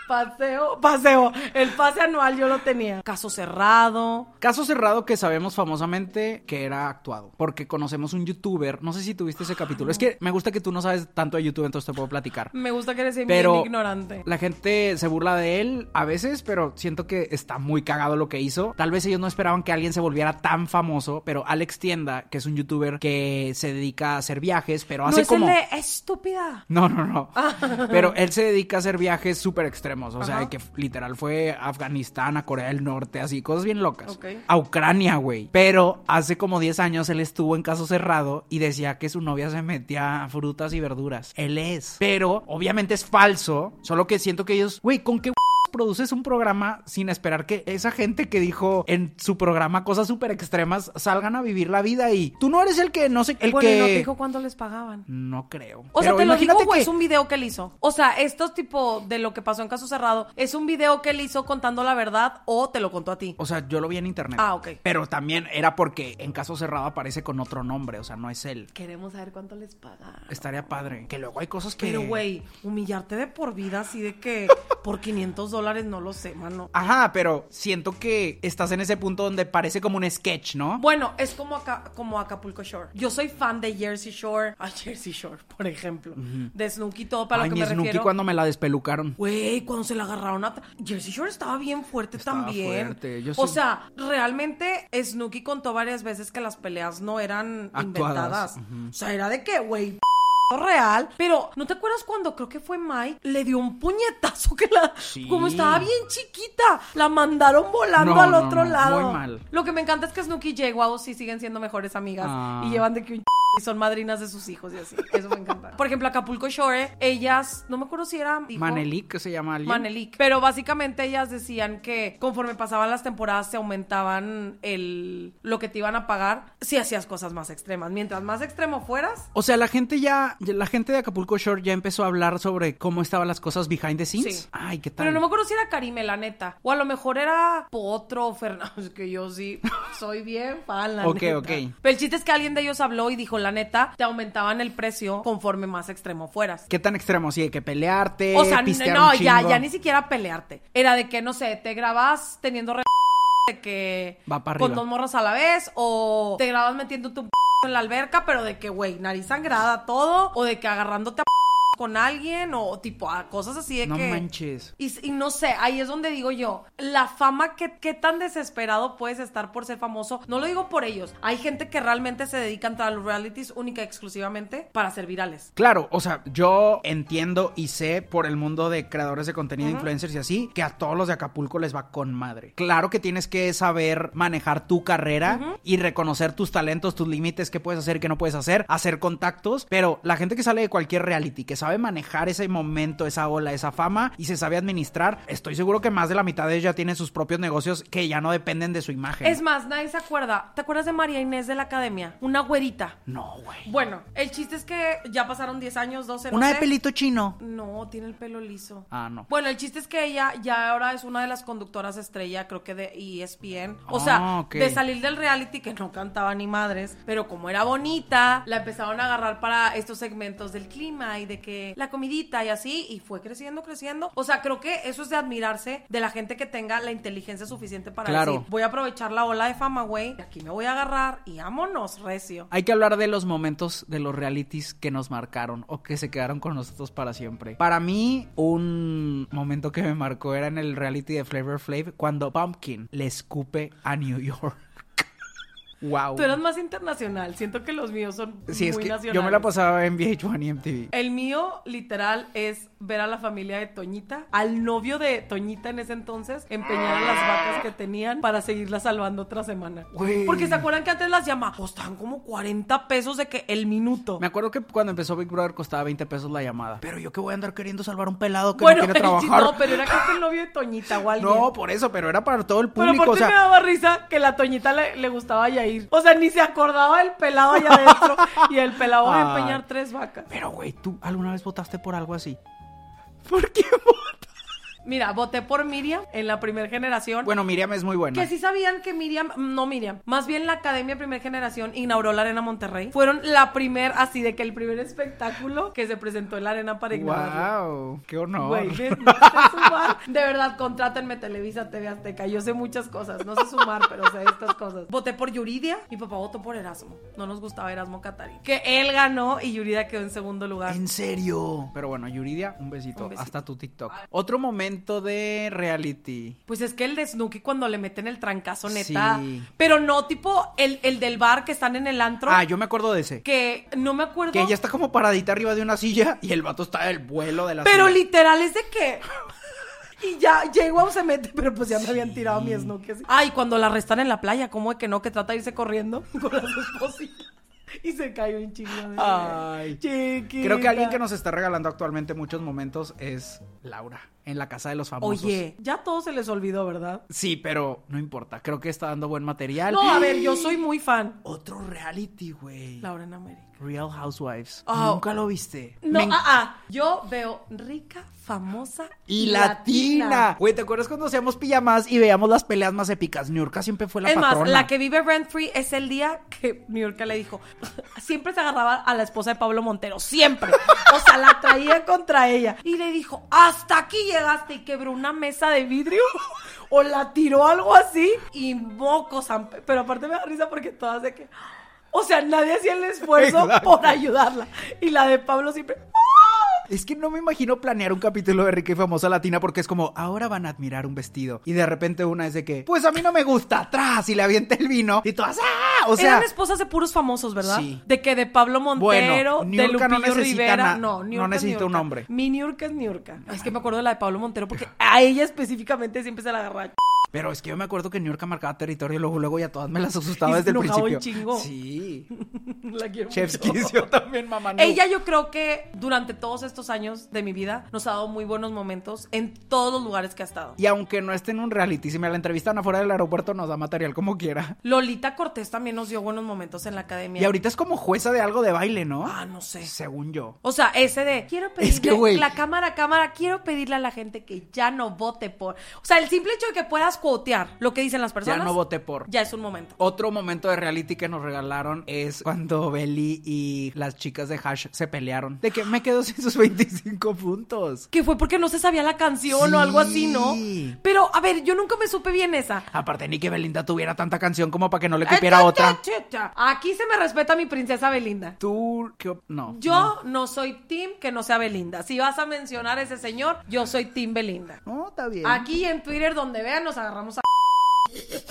Speaker 1: Paseo, paseo. El pase anual yo lo tenía. Caso cerrado.
Speaker 2: Caso cerrado que sabemos famosamente que era actuado. Porque conocemos un youtuber. No sé si tuviste ese capítulo. Es que me gusta que tú no sabes tanto de YouTube, entonces te puedo platicar.
Speaker 1: Me gusta que eres bien
Speaker 2: Pero
Speaker 1: ignorante.
Speaker 2: la gente se burla de él a veces, pero siento que está muy cagado lo que hizo. Tal vez ellos no esperaban que alguien se volviera tan famoso, pero Alex Tienda, que es un youtuber que se dedica a hacer viajes, pero
Speaker 1: No
Speaker 2: hace
Speaker 1: es
Speaker 2: como...
Speaker 1: el de estúpida.
Speaker 2: No, no,
Speaker 1: (laughs)
Speaker 2: no.
Speaker 1: Ah.
Speaker 2: Pero él se dedica a hacer viajes súper extremos. O sea, de que f- literal fue a Afganistán, a Corea del Norte, así, cosas bien locas.
Speaker 1: Ok.
Speaker 2: A Ucrania, güey. Pero hace como 10 años él estuvo en caso cerrado y decía que su novia se metía a frutas y verduras. Él es. Pero obviamente es falso. Solo que siento que ellos, güey, ¿con qué (laughs) produces un programa sin esperar que esa gente que dijo en su programa cosas súper extremas salgan a vivir la vida y tú no eres el que no sé el
Speaker 1: bueno, y
Speaker 2: que
Speaker 1: no te dijo cuánto les pagaban.
Speaker 2: no creo.
Speaker 1: O sea,
Speaker 2: Pero
Speaker 1: te lo digo,
Speaker 2: imagínate
Speaker 1: güey,
Speaker 2: que-
Speaker 1: es un video que él hizo. O sea, esto tipo de lo que pasó en Caso Cerrado, ¿es un video que él hizo contando la verdad o te lo contó a ti?
Speaker 2: O sea, yo lo vi en internet.
Speaker 1: Ah, ok.
Speaker 2: Pero también era porque en caso cerrado aparece con otro nombre, o sea, no es él.
Speaker 1: Queremos saber cuánto les pagan.
Speaker 2: Estaría padre. Que luego hay cosas que.
Speaker 1: Pero, güey, humillarte de por vida así de que por 500 dólares no lo sé, mano.
Speaker 2: Ajá, pero siento que estás en ese punto donde parece como un sketch, ¿no?
Speaker 1: Bueno, es como, Aca- como Acapulco Shore. Yo soy fan de Jersey Shore. (laughs) A Jersey Shore, por ejemplo. De Snooki, todo para
Speaker 2: Ay,
Speaker 1: lo
Speaker 2: mi
Speaker 1: que me
Speaker 2: Snooki
Speaker 1: refiero.
Speaker 2: cuando me la despelucaron.
Speaker 1: Güey, cuando se la agarraron a... Jersey Shore estaba bien fuerte
Speaker 2: Estaba
Speaker 1: también.
Speaker 2: fuerte, yo
Speaker 1: o
Speaker 2: sí-
Speaker 1: sea, realmente Snooki contó varias veces que las peleas no eran inventadas.
Speaker 2: Actuadas,
Speaker 1: O sea, era de que, güey, p- real. Pero, ¿no te acuerdas cuando creo que fue Mike? Le dio un puñetazo que la...
Speaker 2: Sí.
Speaker 1: Como estaba bien chiquita, la mandaron volando
Speaker 2: No,
Speaker 1: al
Speaker 2: no,
Speaker 1: otro
Speaker 2: no,
Speaker 1: lado.
Speaker 2: muy mal.
Speaker 1: Lo que me encanta es que Snooki y Jay Wow sí siguen siendo mejores amigas.
Speaker 2: Ah.
Speaker 1: Y llevan de que un y son madrinas de sus hijos y así. Eso me encanta. Por ejemplo, Acapulco Shore, ellas, no me acuerdo si era... dijo-
Speaker 2: Manelik, que se llama alguien.
Speaker 1: Manelik. Pero básicamente ellas decían que conforme pasaban las temporadas se aumentaban el lo que te iban a pagar si hacías cosas más extremas. Mientras más extremo fueras,
Speaker 2: O sea, la gente ya, la gente de Acapulco Shore ya empezó a hablar sobre cómo estaban las cosas behind the scenes.
Speaker 1: Sí.
Speaker 2: Ay, qué tal.
Speaker 1: pero no me acuerdo si era Karime, la neta. O a lo mejor era Potro o (laughs) Fernández, que yo sí soy bien fan, la
Speaker 2: Ok,
Speaker 1: neta.
Speaker 2: ok.
Speaker 1: Pero el chiste es que alguien de ellos habló y dijo, la neta, te aumentaban el precio conforme más extremo fueras.
Speaker 2: ¿Qué tan extremo? Sí, hay que pelearte.
Speaker 1: O sea,
Speaker 2: pistear
Speaker 1: no,
Speaker 2: un
Speaker 1: ya,
Speaker 2: chingo.
Speaker 1: ya ni siquiera pelearte. Era de que, no sé, te grabas teniendo re de que
Speaker 2: Va pa'
Speaker 1: con
Speaker 2: arriba.
Speaker 1: dos morras a la vez, o te grabas metiéndote un p en la alberca, pero de que, güey, nariz sangrada, todo, o de que agarrándote a p con alguien, o tipo, a cosas así de
Speaker 2: No
Speaker 1: que.
Speaker 2: manches.
Speaker 1: Y, s- y no sé, ahí es donde digo yo, la fama, que, ¿qué tan desesperado puedes estar por ser famoso? No lo digo por ellos. Hay gente que realmente se dedica a entrar a los realities única y exclusivamente para ser virales.
Speaker 2: Claro, o sea, yo entiendo y sé por el mundo de creadores de contenido, influencers y así, que a todos los de Acapulco les va con madre. Claro que tienes que saber manejar tu carrera y reconocer tus talentos, tus límites, qué puedes hacer, qué no puedes hacer, hacer contactos, pero la gente que sale de cualquier reality, que sabe manejar ese momento, esa ola, esa fama y se sabe administrar, estoy seguro que más de la mitad de ellos ya tienen sus propios negocios que ya no dependen de su imagen.
Speaker 1: Es más, nadie se acuerda. ¿Te acuerdas de María Inés de la academia? Una güerita.
Speaker 2: No, güey.
Speaker 1: Bueno, el chiste es que ya pasaron 10 años, 12, no
Speaker 2: Una de
Speaker 1: sé.
Speaker 2: pelito chino.
Speaker 1: No, tiene el pelo liso.
Speaker 2: Ah, no.
Speaker 1: Bueno, el chiste es que ella ya ahora es una de las conductoras estrella, creo que de E ESPN. O
Speaker 2: Ah,
Speaker 1: sea,
Speaker 2: ok.
Speaker 1: de salir del reality que no cantaba ni madres, pero como era bonita, la empezaron a agarrar para estos segmentos del clima y de que la comidita y así, y fue creciendo, creciendo. O sea, creo que eso es de admirarse de la gente que tenga la inteligencia suficiente para
Speaker 2: Claro.
Speaker 1: decir, voy a aprovechar la ola de fama, güey, y aquí me voy a agarrar y vámonos, recio.
Speaker 2: Hay que hablar de los momentos de los realities que nos marcaron o que se quedaron con nosotros para siempre. Para mí, un momento que me marcó era en el reality de Flavor Flav cuando Pumpkin le escupe a New York. (laughs) wow.
Speaker 1: Tú eras más internacional, siento que los míos son
Speaker 2: Sí,
Speaker 1: muy
Speaker 2: es que
Speaker 1: nacionales.
Speaker 2: yo me la pasaba en VH1 y MTV.
Speaker 1: El mío, literal, es ver a la familia de Toñita, al novio de Toñita en ese entonces, empeñar a las vacas que tenían para seguirlas salvando otra semana.
Speaker 2: Güey.
Speaker 1: Porque se acuerdan que antes las llama, costaban como 40 pesos de que el minuto.
Speaker 2: Me acuerdo que cuando empezó Big Brother costaba 20 pesos la llamada. Pero yo que voy a andar queriendo salvar un pelado que no
Speaker 1: (laughs)
Speaker 2: quiere
Speaker 1: el chis-
Speaker 2: trabajar.
Speaker 1: no, pero era casi el novio de Toñita o alguien.
Speaker 2: No, por eso, pero era para todo el
Speaker 1: Pero
Speaker 2: público.
Speaker 1: aparte
Speaker 2: o sea,
Speaker 1: me daba risa que la Toñita le, le gustaba a Yair. O sea, ni se acordaba del pelado allá adentro. y el pelado va a
Speaker 2: Ah.
Speaker 1: empeñar tres vacas.
Speaker 2: Pero, güey, ¿tú alguna vez votaste por algo así? ¿Por qué votas?
Speaker 1: Mira, voté por Miriam en la primera generación.
Speaker 2: Bueno, Miriam es muy buena.
Speaker 1: Que sí sabían que Miriam, no Miriam, más bien la Academia Primer Generación inauguró la Arena Monterrey. Fueron la primer, así de que el primer espectáculo que se presentó en la Arena para ignorarlo.
Speaker 2: Wow, qué honor.
Speaker 1: Güey, ¿ves? No sé sumar. De verdad, contrátenme Televisa TV Azteca. Yo sé muchas cosas. No sé sumar, pero sé estas cosas. Voté por Yuridia. Mi papá votó por Erasmo. No nos gustaba Erasmo Catari. Que él ganó y Yuridia quedó en segundo lugar.
Speaker 2: en serio. Pero bueno, Yuridia, un besito.
Speaker 1: Un besito.
Speaker 2: Hasta tu TikTok. Otro momento de reality.
Speaker 1: Pues es que el de Snooki cuando le meten el trancazo, neta.
Speaker 2: Sí.
Speaker 1: Pero no tipo el, el del bar que están en el antro.
Speaker 2: Ah, yo me acuerdo de ese.
Speaker 1: que no me acuerdo.
Speaker 2: Que ella está como paradita arriba de una silla y el vato está del vuelo de la
Speaker 1: Pero
Speaker 2: silla.
Speaker 1: literal es de
Speaker 2: (laughs)
Speaker 1: que. Y ya llegó se mete, pero pues ya me habían tirado mi snook. así. Ay, cuando la arrestan en la playa, ¿cómo de que no? Que trata de irse corriendo (laughs) con las espositas. Y se cayó un chingo de.
Speaker 2: Ay.
Speaker 1: chiquita.
Speaker 2: Creo que alguien que nos está regalando actualmente muchos momentos es Laura, en la casa de los famosos.
Speaker 1: Oye, ya todo se les olvidó, ¿verdad?
Speaker 2: Sí, pero no importa. Creo que está dando buen material.
Speaker 1: No, a ver, yo soy muy fan.
Speaker 2: Otro reality, güey.
Speaker 1: Laura en América.
Speaker 2: Real Housewives.
Speaker 1: Oh.
Speaker 2: Nunca lo viste.
Speaker 1: No,
Speaker 2: Me
Speaker 1: ah, ah. Yo veo rica, famosa
Speaker 2: y latina. Güey, ¿te acuerdas cuando hacíamos pijamas y veíamos las peleas más épicas? Niurka siempre fue la
Speaker 1: es
Speaker 2: patrona.
Speaker 1: más, la que vive rent free es el día que New York le dijo, (laughs) siempre se agarraba a la esposa de Pablo Montero, siempre. O sea, la traía contra ella. Y le dijo, hasta aquí llegaste y quebró una mesa de vidrio (laughs) o la tiró algo así y moco San Pe- Pero aparte me da risa porque todas de que... O sea, nadie hacía el esfuerzo
Speaker 2: Exacto.
Speaker 1: por ayudarla. Y la de Pablo siempre...
Speaker 2: Es que no me imagino planear un capítulo de Rica y Famosa Latina porque es como, ahora van a admirar un vestido. Y de repente una es de que, pues a mí no me gusta, atrás, y le avienta el vino. Y todas, ¡ah! O sea,
Speaker 1: Eran esposas de puros famosos, ¿verdad?
Speaker 2: Sí.
Speaker 1: De que de Pablo Montero,
Speaker 2: Bueno,
Speaker 1: de Lupillo
Speaker 2: Niurka no necesita
Speaker 1: Rivera.
Speaker 2: na-
Speaker 1: No,
Speaker 2: no
Speaker 1: Niurka es
Speaker 2: necesita un
Speaker 1: Niurka.
Speaker 2: hombre.
Speaker 1: Mi Niurka es Niurka. Es que me acuerdo de la de Pablo Montero porque a ella específicamente siempre se la agarra.
Speaker 2: pero es que yo me acuerdo que Niurka marcaba territorio y luego, luego ya todas me las asustaba
Speaker 1: Y se
Speaker 2: desde el
Speaker 1: enojaba un
Speaker 2: principio.
Speaker 1: chingo.
Speaker 2: Sí.
Speaker 1: (laughs) la quiero
Speaker 2: Chef's
Speaker 1: mucho.
Speaker 2: Kiss, yo (laughs) también, mamá. no.
Speaker 1: Ella yo creo que durante todos estos años de mi vida nos ha dado muy buenos momentos en todos los lugares que ha estado.
Speaker 2: Y aunque no esté en un reality, si me la entrevistan afuera del aeropuerto, nos da material como quiera.
Speaker 1: Lolita Cortés también nos dio buenos momentos en la academia.
Speaker 2: Y ahorita es como jueza de algo de baile, ¿no?
Speaker 1: Ah, no sé.
Speaker 2: Según yo.
Speaker 1: O sea, ese de quiero pedirle
Speaker 2: Es que, güey.
Speaker 1: la cámara, cámara, quiero pedirle a la gente que ya no vote por. O sea, el simple hecho de que puedas cuotear lo que dicen las personas.
Speaker 2: Ya no voté por.
Speaker 1: Ya es un momento.
Speaker 2: Otro momento de reality que nos regalaron es cuando (laughs) Belly y las chicas de Hash se pelearon. De que me quedo sin sus 25 puntos.
Speaker 1: Que fue porque no se sabía la canción o algo así, ¿no?
Speaker 2: Sí.
Speaker 1: Pero, a ver, yo nunca me supe bien esa.
Speaker 2: Aparte, ni que Belinda tuviera tanta canción como para que no le cupiera otra.
Speaker 1: Aquí se me respeta mi princesa Belinda.
Speaker 2: Tú, ¿qué op- No.
Speaker 1: Yo no soy Team que no sea Belinda. Si vas a mencionar a ese señor, yo soy Team Belinda.
Speaker 2: No, está bien.
Speaker 1: Aquí en Twitter, donde vean, nos agarramos a. (laughs)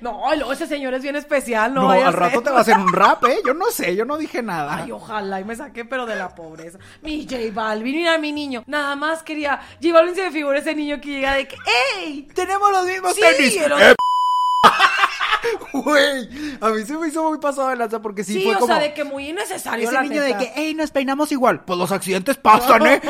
Speaker 1: No, y luego ese señor es bien especial, ¿no?
Speaker 2: No,
Speaker 1: vaya
Speaker 2: al rato
Speaker 1: ser.
Speaker 2: te va a hacer un rap, ¿eh? Yo no sé, yo no dije nada.
Speaker 1: (laughs) Ay, ojalá y me saqué, pero de la pobreza. Mi J Balvin, mira mi niño. Nada más quería. J Balvin se me figura ese niño que llega de que. ¡Ey!
Speaker 2: Tenemos los mismos
Speaker 1: Sí,
Speaker 2: tenis.
Speaker 1: el
Speaker 2: ¡Eh,
Speaker 1: otro-
Speaker 2: (laughs) Güey, a mí se me hizo muy pasado de lanza porque sí,
Speaker 1: Sí,
Speaker 2: fue
Speaker 1: o
Speaker 2: como...
Speaker 1: sea, de que muy innecesario.
Speaker 2: Ese
Speaker 1: la
Speaker 2: niño de
Speaker 1: neta.
Speaker 2: que, hey, nos peinamos igual. Pues los
Speaker 1: (laughs)
Speaker 2: accidentes pasan, ¿eh?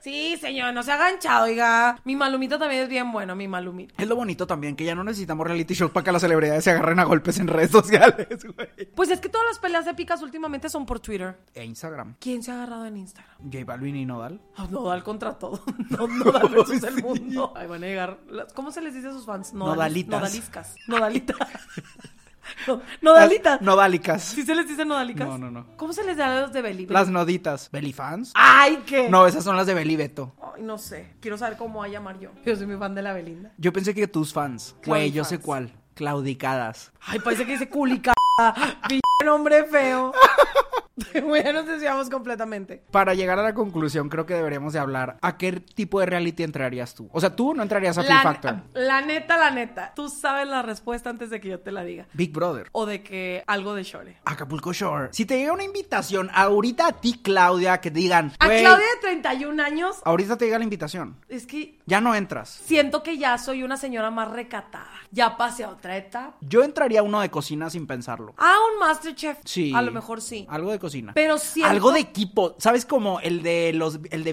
Speaker 1: Sí, señor, no se ha ganchado, oiga. Mi malumita también es bien bueno, mi malumita.
Speaker 2: Es lo bonito también, que ya no necesitamos reality shows para que las celebridades se agarren a golpes en redes (laughs) sociales, güey.
Speaker 1: Pues es que todas las peleas épicas últimamente son por Twitter.
Speaker 2: E Instagram.
Speaker 1: ¿Quién se ha agarrado en Instagram?
Speaker 2: J Balvin y Nodal.
Speaker 1: Ah, Nodal contra
Speaker 2: (laughs)
Speaker 1: todo. (laughs) No, Nodal versus
Speaker 2: Sí.
Speaker 1: el mundo. Ahí van a llegar. las- ¿Cómo se les dice a sus fans?
Speaker 2: Nodalitas. (laughs)
Speaker 1: Nodaliscas. Nodalitas. No, nodalitas.
Speaker 2: Las Nodálicas.
Speaker 1: ¿Sí se les dice nodalicas?
Speaker 2: No, no, no.
Speaker 1: ¿Cómo se les da a los de Beli?
Speaker 2: Las noditas. ¿Belifans?
Speaker 1: ¡Ay, qué!
Speaker 2: No, esas son las de Beli Beto.
Speaker 1: Ay, no sé. Quiero saber cómo voy a llamar yo. Yo soy muy fan de la Belinda.
Speaker 2: Yo pensé que tus fans. Güey, yo sé
Speaker 1: fans.
Speaker 2: cuál. Claudicadas.
Speaker 1: Ay, parece que dice culica. (laughs) Pinche nombre feo. (laughs) bueno, nos desviamos completamente.
Speaker 2: Para llegar a la conclusión, creo que deberíamos de hablar a qué tipo de reality entrarías tú. O sea, tú no entrarías a Fear Factor.
Speaker 1: La, la neta, la neta. Tú sabes la respuesta antes de que yo te la diga.
Speaker 2: Big Brother.
Speaker 1: O de que algo de Shore.
Speaker 2: Acapulco Shore. Si te llega una invitación ahorita a ti, Claudia, que te digan.
Speaker 1: A
Speaker 2: "Güey,
Speaker 1: Claudia de 31 años,
Speaker 2: Ahorita te llega la invitación.
Speaker 1: es que
Speaker 2: Ya no entras.
Speaker 1: siento que ya soy una señora más recatada. Ya pasé a otra etapa.
Speaker 2: Yo entraría a uno de cocina sin pensarlo.
Speaker 1: Ah, un Masterchef.
Speaker 2: Sí.
Speaker 1: A lo mejor sí.
Speaker 2: Algo de cocina.
Speaker 1: Pero siento-
Speaker 2: Algo de equipo. ¿Sabes como el de los el de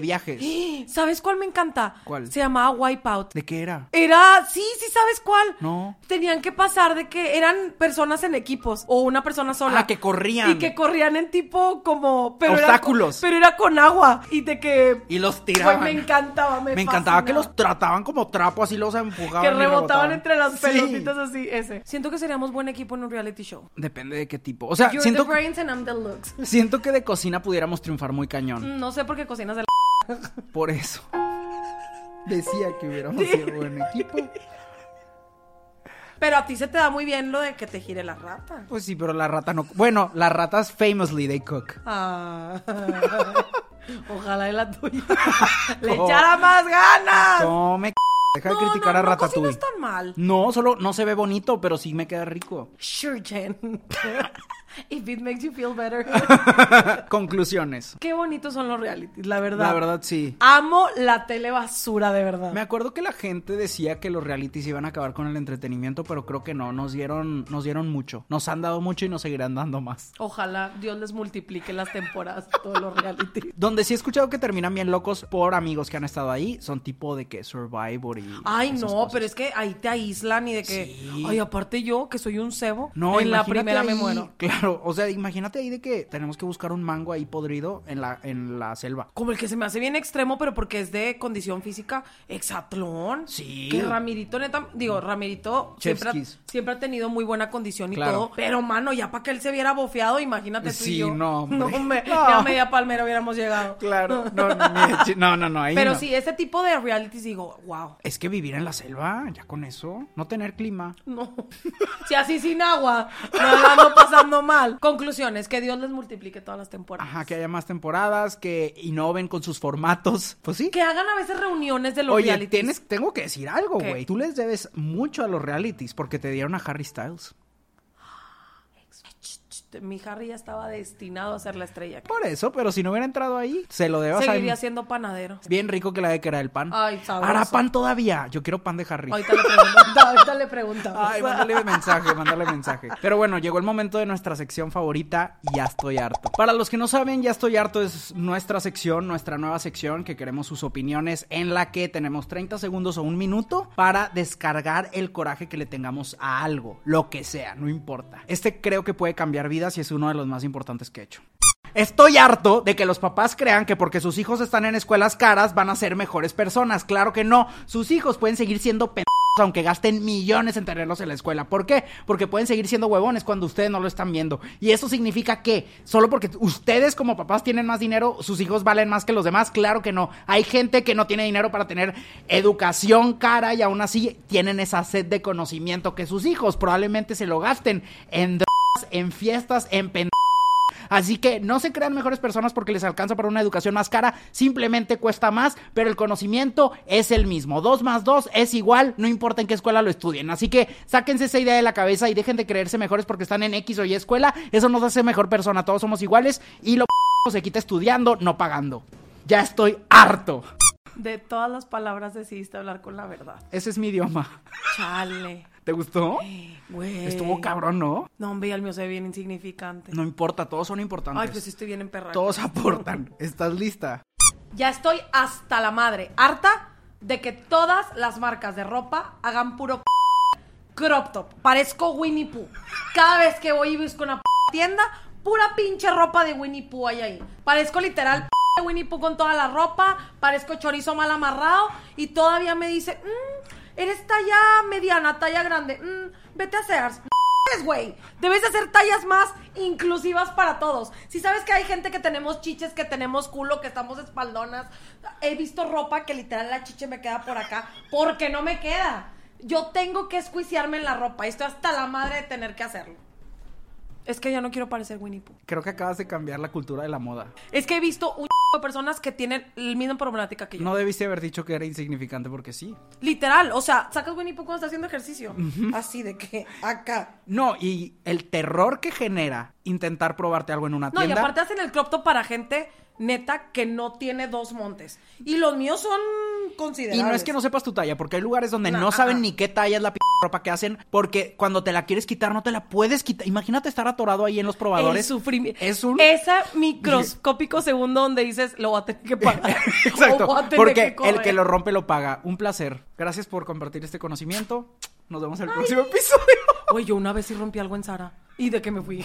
Speaker 1: (gasps)
Speaker 2: viajes?
Speaker 1: ¿Sabes cuál me encanta?
Speaker 2: ¿Cuál?
Speaker 1: Se llamaba Wipeout.
Speaker 2: ¿De qué era?
Speaker 1: Era, sí, sí, ¿sabes cuál?
Speaker 2: No.
Speaker 1: Tenían que pasar de que eran personas en equipos o una persona sola.
Speaker 2: Ah, que corrían.
Speaker 1: Y que corrían en tipo como... Pero era
Speaker 2: Obstáculos.
Speaker 1: con- pero era con agua. Y de que...
Speaker 2: Y los tiraban.
Speaker 1: Güey, me encantaba, me
Speaker 2: Me encantaba
Speaker 1: fascinaba.
Speaker 2: que los trataban como trapo, así los empujaban.
Speaker 1: Que
Speaker 2: y
Speaker 1: rebotaban, entre las
Speaker 2: Sí.
Speaker 1: pelotitas así, ese. Siento que seríamos buen equipo en un reality show.
Speaker 2: Depende de qué tipo. O sea,
Speaker 1: You're
Speaker 2: siento,
Speaker 1: the brains and I'm the looks. Mm,
Speaker 2: siento que de cocina pudiéramos triunfar muy cañón.
Speaker 1: No sé por qué cocinas de la... (laughs) Mm.
Speaker 2: Por eso. Decía que hubiéramos sido buen equipo.
Speaker 1: Pero a ti se te da muy bien lo de que te gire la rata.
Speaker 2: Pues sí, pero la rata no. Bueno, las ratas famously they cook.
Speaker 1: Ah. (laughs) Ojalá y la tuya.
Speaker 2: (laughs)
Speaker 1: ¡Le echara más ganas!
Speaker 2: No me c- deja de criticar a
Speaker 1: No
Speaker 2: Ratatouille.
Speaker 1: cocinas tan mal.
Speaker 2: No, solo no se ve bonito, pero sí me
Speaker 1: (laughs)
Speaker 2: queda rico.
Speaker 1: Sure,
Speaker 2: (laughs)
Speaker 1: Jen. If it makes you feel better.
Speaker 2: Conclusiones.
Speaker 1: Qué bonitos son los realities, la verdad. Ah.
Speaker 2: La verdad, sí.
Speaker 1: Amo la tele basura, de verdad.
Speaker 2: Me acuerdo que la gente decía que los realities iban a acabar con el entretenimiento, pero creo que no. Nos dieron, nos dieron mucho. Nos han dado mucho y nos seguirán dando más.
Speaker 1: Ojalá Dios les multiplique las temporadas, todos los realities.
Speaker 2: Donde sí he escuchado que terminan bien locos por amigos que han estado ahí, son tipo de que Survivor y.
Speaker 1: Ay,
Speaker 2: esas
Speaker 1: no,
Speaker 2: cosas.
Speaker 1: pero es que ahí te aíslan y de que.
Speaker 2: Sí.
Speaker 1: Ay, aparte yo, que soy un cebo.
Speaker 2: No,
Speaker 1: en la
Speaker 2: imagínate
Speaker 1: primera me
Speaker 2: ahí-
Speaker 1: muero.
Speaker 2: Claro, o sea, imagínate ahí de que tenemos que buscar un mango ahí podrido en la, en la selva.
Speaker 1: Como el que se me hace bien extremo, pero porque es de condición física, exatlón.
Speaker 2: Sí.
Speaker 1: Que Ramirito, neta, digo, Ramirito
Speaker 2: Chef's
Speaker 1: siempre ha,
Speaker 2: kiss.
Speaker 1: siempre ha tenido muy buena condición y
Speaker 2: Claro.
Speaker 1: todo. Pero, mano, ya para que él se viera bofeado, imagínate tú
Speaker 2: Sí,
Speaker 1: y yo.
Speaker 2: no,
Speaker 1: (laughs)
Speaker 2: hombre.
Speaker 1: No, hombre,
Speaker 2: No.
Speaker 1: ya media palmera hubiéramos llegado. (laughs)
Speaker 2: Claro, no, no, ni de chi- no, no, no, ahí
Speaker 1: Pero
Speaker 2: no.
Speaker 1: sí, este tipo de realities digo, wow.
Speaker 2: Es que vivir en la selva, ya con eso, no tener clima.
Speaker 1: No. (laughs) Si así sin agua, nada, no pasando mal. Conclusiones, que Dios les multiplique todas las temporadas.
Speaker 2: Ajá, que haya más temporadas, que innoven con sus formatos. (laughs) Pues sí.
Speaker 1: Que hagan a veces reuniones de los
Speaker 2: Oye,
Speaker 1: realities.
Speaker 2: tienes, tengo que decir algo,
Speaker 1: ¿Qué?
Speaker 2: güey. Tú les debes mucho a los realities porque te dieron a Harry Styles.
Speaker 1: Mi Harry ya estaba destinado a ser la estrella.
Speaker 2: Por eso, pero si no hubiera entrado ahí, se lo debes Pues, a
Speaker 1: Seguiría
Speaker 2: él.
Speaker 1: siendo panadero.
Speaker 2: Bien rico que la de que era el pan.
Speaker 1: Ay, sabroso.
Speaker 2: Hará pan todavía. Yo quiero pan de Este, Harry.
Speaker 1: Ahorita le
Speaker 2: (laughs)
Speaker 1: preguntamos. Ahorita le preguntamos.
Speaker 2: Ay, mándale mensaje, mándale mensaje. Pero bueno, llegó el momento de nuestra sección favorita, Ya estoy harto. Para los que no saben, Ya estoy harto es nuestra sección, nuestra nueva sección que queremos sus opiniones en la que tenemos 30 segundos o un minuto para descargar el coraje que le tengamos a algo, lo que sea, no importa. Este creo que puede cambiar vidas y es uno de los más importantes que he hecho. Estoy harto de que los papás crean que porque sus hijos están en escuelas caras van a ser mejores personas. Claro que no. Sus hijos pueden seguir siendo pendejos aunque gasten millones en tenerlos en la escuela. ¿Por qué? Porque pueden seguir siendo huevones cuando ustedes no lo están viendo. Y eso significa que solo porque ustedes como papás tienen más dinero, sus hijos valen más que los demás. Claro que no. Hay gente que no tiene dinero para tener educación cara y aún así tienen esa sed de conocimiento que sus hijos probablemente se lo gasten en drogas, en fiestas, en pen Así que no se crean mejores personas porque les alcanza para una educación más cara, simplemente cuesta más, pero el conocimiento es el mismo. Dos más dos es igual, no importa en qué escuela lo estudien. Así que sáquense esa idea de la cabeza y dejen de creerse mejores porque están en X o Y escuela. Eso nos hace mejor persona, todos somos iguales y lo (laughs) p- se quita estudiando, no pagando. Ya estoy harto.
Speaker 1: De todas las palabras decidiste hablar con la verdad.
Speaker 2: Ese es mi idioma. (laughs)
Speaker 1: Chale.
Speaker 2: ¿Te gustó?
Speaker 1: Güey.
Speaker 2: Estuvo cabrón, ¿no?
Speaker 1: No, hombre, el mío se ve bien insignificante.
Speaker 2: No importa, todos son importantes.
Speaker 1: Ay, pues sí estoy bien emperrada.
Speaker 2: Todos (laughs) aportan. ¿Estás lista?
Speaker 1: Ya estoy hasta la madre, harta de que todas las marcas de ropa hagan puro p- crop top. Parezco Winnie Pooh. Cada vez que voy y busco una p- tienda, pura pinche ropa de Winnie Pooh hay ahí. Parezco literal p- de Winnie Pooh con toda la ropa, parezco chorizo mal amarrado y todavía me dice, "Mm, eres talla mediana, talla grande, mm, vete a Sears. Eres, güey. Debes de hacer tallas más inclusivas para todos. Si sabes que hay gente que tenemos chiches, que tenemos culo, que estamos espaldonas. He visto ropa que literal la chiche me queda por acá porque no me queda. Yo tengo que escuiciarme en la ropa. y Estoy hasta la madre de tener que hacerlo. Es que ya no quiero parecer Winnie Pooh.
Speaker 2: Creo que acabas de cambiar la cultura de la moda.
Speaker 1: Es que he visto un chingo de personas que tienen el mismo problemática que yo.
Speaker 2: No debiste haber dicho que era insignificante porque sí.
Speaker 1: Literal, o sea, sacas Winnie Pooh cuando está haciendo ejercicio. Así de que acá.
Speaker 2: No, y el terror que genera intentar probarte algo en una
Speaker 1: No, y
Speaker 2: tienda.
Speaker 1: aparte hacen el crop top para gente neta que no tiene dos montes. Y los míos son
Speaker 2: Y
Speaker 1: considerables.
Speaker 2: no es que no sepas tu talla, porque hay lugares donde
Speaker 1: No,
Speaker 2: no,
Speaker 1: ah,
Speaker 2: saben
Speaker 1: ah.
Speaker 2: ni qué talla es la p ropa que hacen, porque cuando te la quieres quitar, no te la puedes quitar. Imagínate estar atorado ahí en los
Speaker 1: El
Speaker 2: probadores.
Speaker 1: sufrimiento.
Speaker 2: Es un.
Speaker 1: Ese microscópico segundo donde dices, lo voy a tener que pagar.
Speaker 2: (laughs) (laughs) Exacto.
Speaker 1: (laughs) O voy a tener
Speaker 2: Porque
Speaker 1: comer.
Speaker 2: el que lo rompe lo paga. Un placer. Gracias por compartir este conocimiento. Nos vemos en el próximo episodio.
Speaker 1: Oye, yo una vez sí rompí algo en Sara. ¿Y de qué me fui?